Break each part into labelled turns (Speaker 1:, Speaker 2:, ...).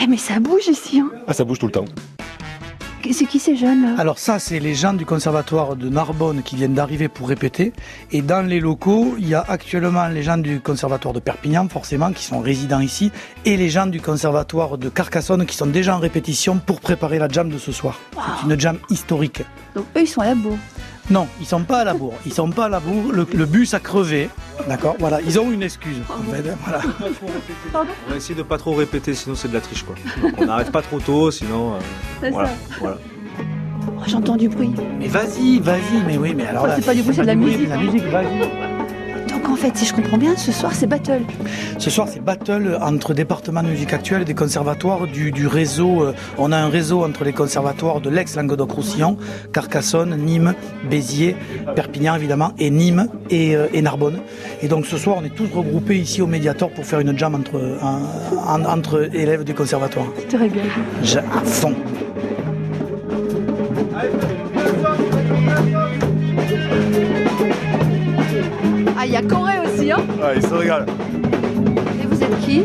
Speaker 1: Eh, mais ça bouge ici, hein
Speaker 2: Ah, ça bouge tout le temps.
Speaker 1: C'est qui ces jeunes là
Speaker 3: Alors ça, c'est les gens du conservatoire de Narbonne qui viennent d'arriver pour répéter. Et dans les locaux, il y a actuellement les gens du conservatoire de Perpignan, forcément, qui sont résidents ici, et les gens du conservatoire de Carcassonne qui sont déjà en répétition pour préparer la jam de ce soir. C'est une jam historique.
Speaker 1: Donc eux, ils sont à la bourre.
Speaker 3: Non, ils sont pas à la bourre. Ils sont pas à la bourre. Le, le bus a crevé. D'accord Voilà, ils ont une excuse.
Speaker 1: Oh.
Speaker 3: en fait, voilà.
Speaker 4: On va essayer de pas trop répéter, sinon c'est de la triche quoi. Donc, on n'arrête pas trop tôt, sinon euh,
Speaker 1: C'est
Speaker 4: voilà,
Speaker 1: ça.
Speaker 4: voilà.
Speaker 1: Oh, J'entends du bruit.
Speaker 3: Mais vas-y, vas-y, mais oui, mais alors
Speaker 1: Ça,
Speaker 3: là,
Speaker 1: c'est pas du bruit, c'est de la
Speaker 3: bruit,
Speaker 1: musique.
Speaker 3: La musique, vas-y.
Speaker 1: Donc en fait, si je comprends bien, ce soir c'est battle.
Speaker 3: Ce soir, c'est battle entre départements de musique actuelle et des conservatoires du, du réseau. euh, On a un réseau entre les conservatoires de l'ex-Languedoc-Roussillon, Carcassonne, Nîmes, Béziers, Perpignan évidemment, et Nîmes et, euh, et Narbonne. Et donc ce soir, on est tous regroupés ici au Mediator pour faire une jam entre, euh, en- entre élèves du conservatoire.
Speaker 1: Tu te régales.
Speaker 3: Ja- à fond.
Speaker 1: Ah, il y a Corée aussi, hein
Speaker 5: Ouais, il se régale.
Speaker 1: Et vous êtes qui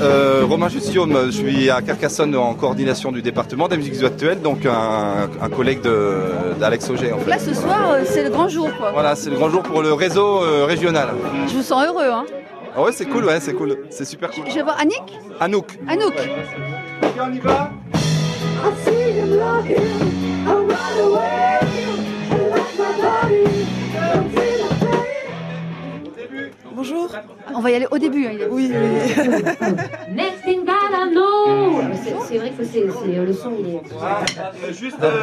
Speaker 5: Euh, Romain Jussium, je suis à Carcassonne en coordination du département des musiques actuelles, donc un, un collègue de- d'Alex Auger en
Speaker 1: Donc
Speaker 5: fait.
Speaker 1: là, ce soir, euh, c'est le grand jour, quoi.
Speaker 5: Voilà, c'est le grand jour pour le réseau euh, régional.
Speaker 1: Je vous sens heureux, hein
Speaker 5: Ah ouais, c'est cool, ouais, c'est cool, c'est super cool.
Speaker 1: Je vais voir Annick
Speaker 5: Anouk.
Speaker 1: Anouk
Speaker 5: Ok, on y va
Speaker 6: Bonjour.
Speaker 1: On va y aller au début, hein, il est-
Speaker 6: Oui, oui.
Speaker 7: Next thing that I know Mais c'est- C'est vrai que c'est c'est- le son, il est...
Speaker 5: Juste, euh,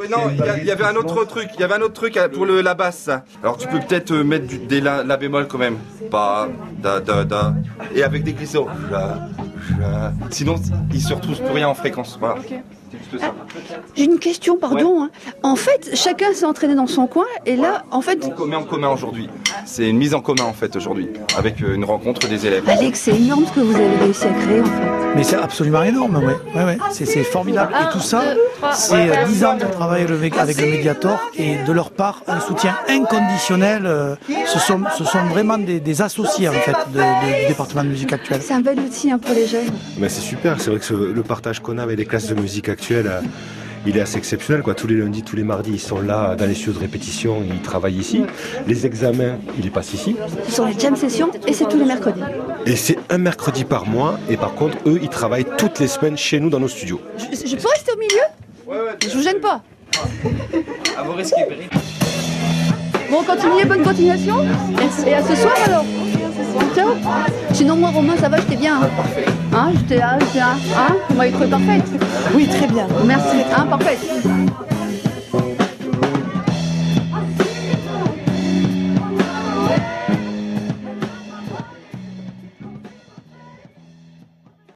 Speaker 5: ouais, non, il y, a- il y avait un autre truc, il y avait un autre truc euh, pour le, la basse. ça. Alors tu peux peut-être euh, mettre du, des la, la bémol quand même. Pas, da, da, da. Et avec des glissos. Là, là. Sinon, ils se retrouvent pour rien en fréquence. Voilà. C'est juste ça.
Speaker 1: J'ai une question, pardon. hein. En fait, chacun s'est entraîné dans son coin, et là, en fait,
Speaker 5: On met en commun aujourd'hui. C'est une mise en commun en fait aujourd'hui, avec euh, une rencontre des élèves.
Speaker 1: Alex, c'est énorme ce que vous avez réussi à créer, en fait.
Speaker 3: Mais c'est absolument énorme, ouais. ouais, ouais. C'est, c'est formidable. Et tout ça, c'est euh, 10 ans de travail avec, avec le Mediator et de leur part, un soutien inconditionnel. euh, Ce sont, ce sont vraiment des, des associés, en fait, de- de- du département de musique actuelle.
Speaker 1: C'est un bel outil hein, pour les jeunes.
Speaker 2: Mais c'est super, c'est vrai que ce- le partage qu'on a avec les classes de musique actuelles, euh, il est assez exceptionnel. Quoi. Tous les lundis, tous les mardis, ils sont là euh, dans les studios de répétition, ils travaillent ici. Les examens, ils les passent ici.
Speaker 1: Ce sont les jam sessions, et c'est tous les mercredis.
Speaker 2: Et c'est un mercredi par mois. Et par contre, eux, ils travaillent toutes les semaines chez nous dans nos studios.
Speaker 1: Je, je peux rester au milieu Je vous gêne pas. Bon, continuez, bonne continuation. Et à ce soir alors. Ciao. Sinon, moi, Romain, ça va, j'étais bien. hein. Hein, j'étais là, j'étais là. Hein, vous m'avez trouvé parfaite.
Speaker 6: Oui, très bien.
Speaker 1: Merci. Hein, parfaite.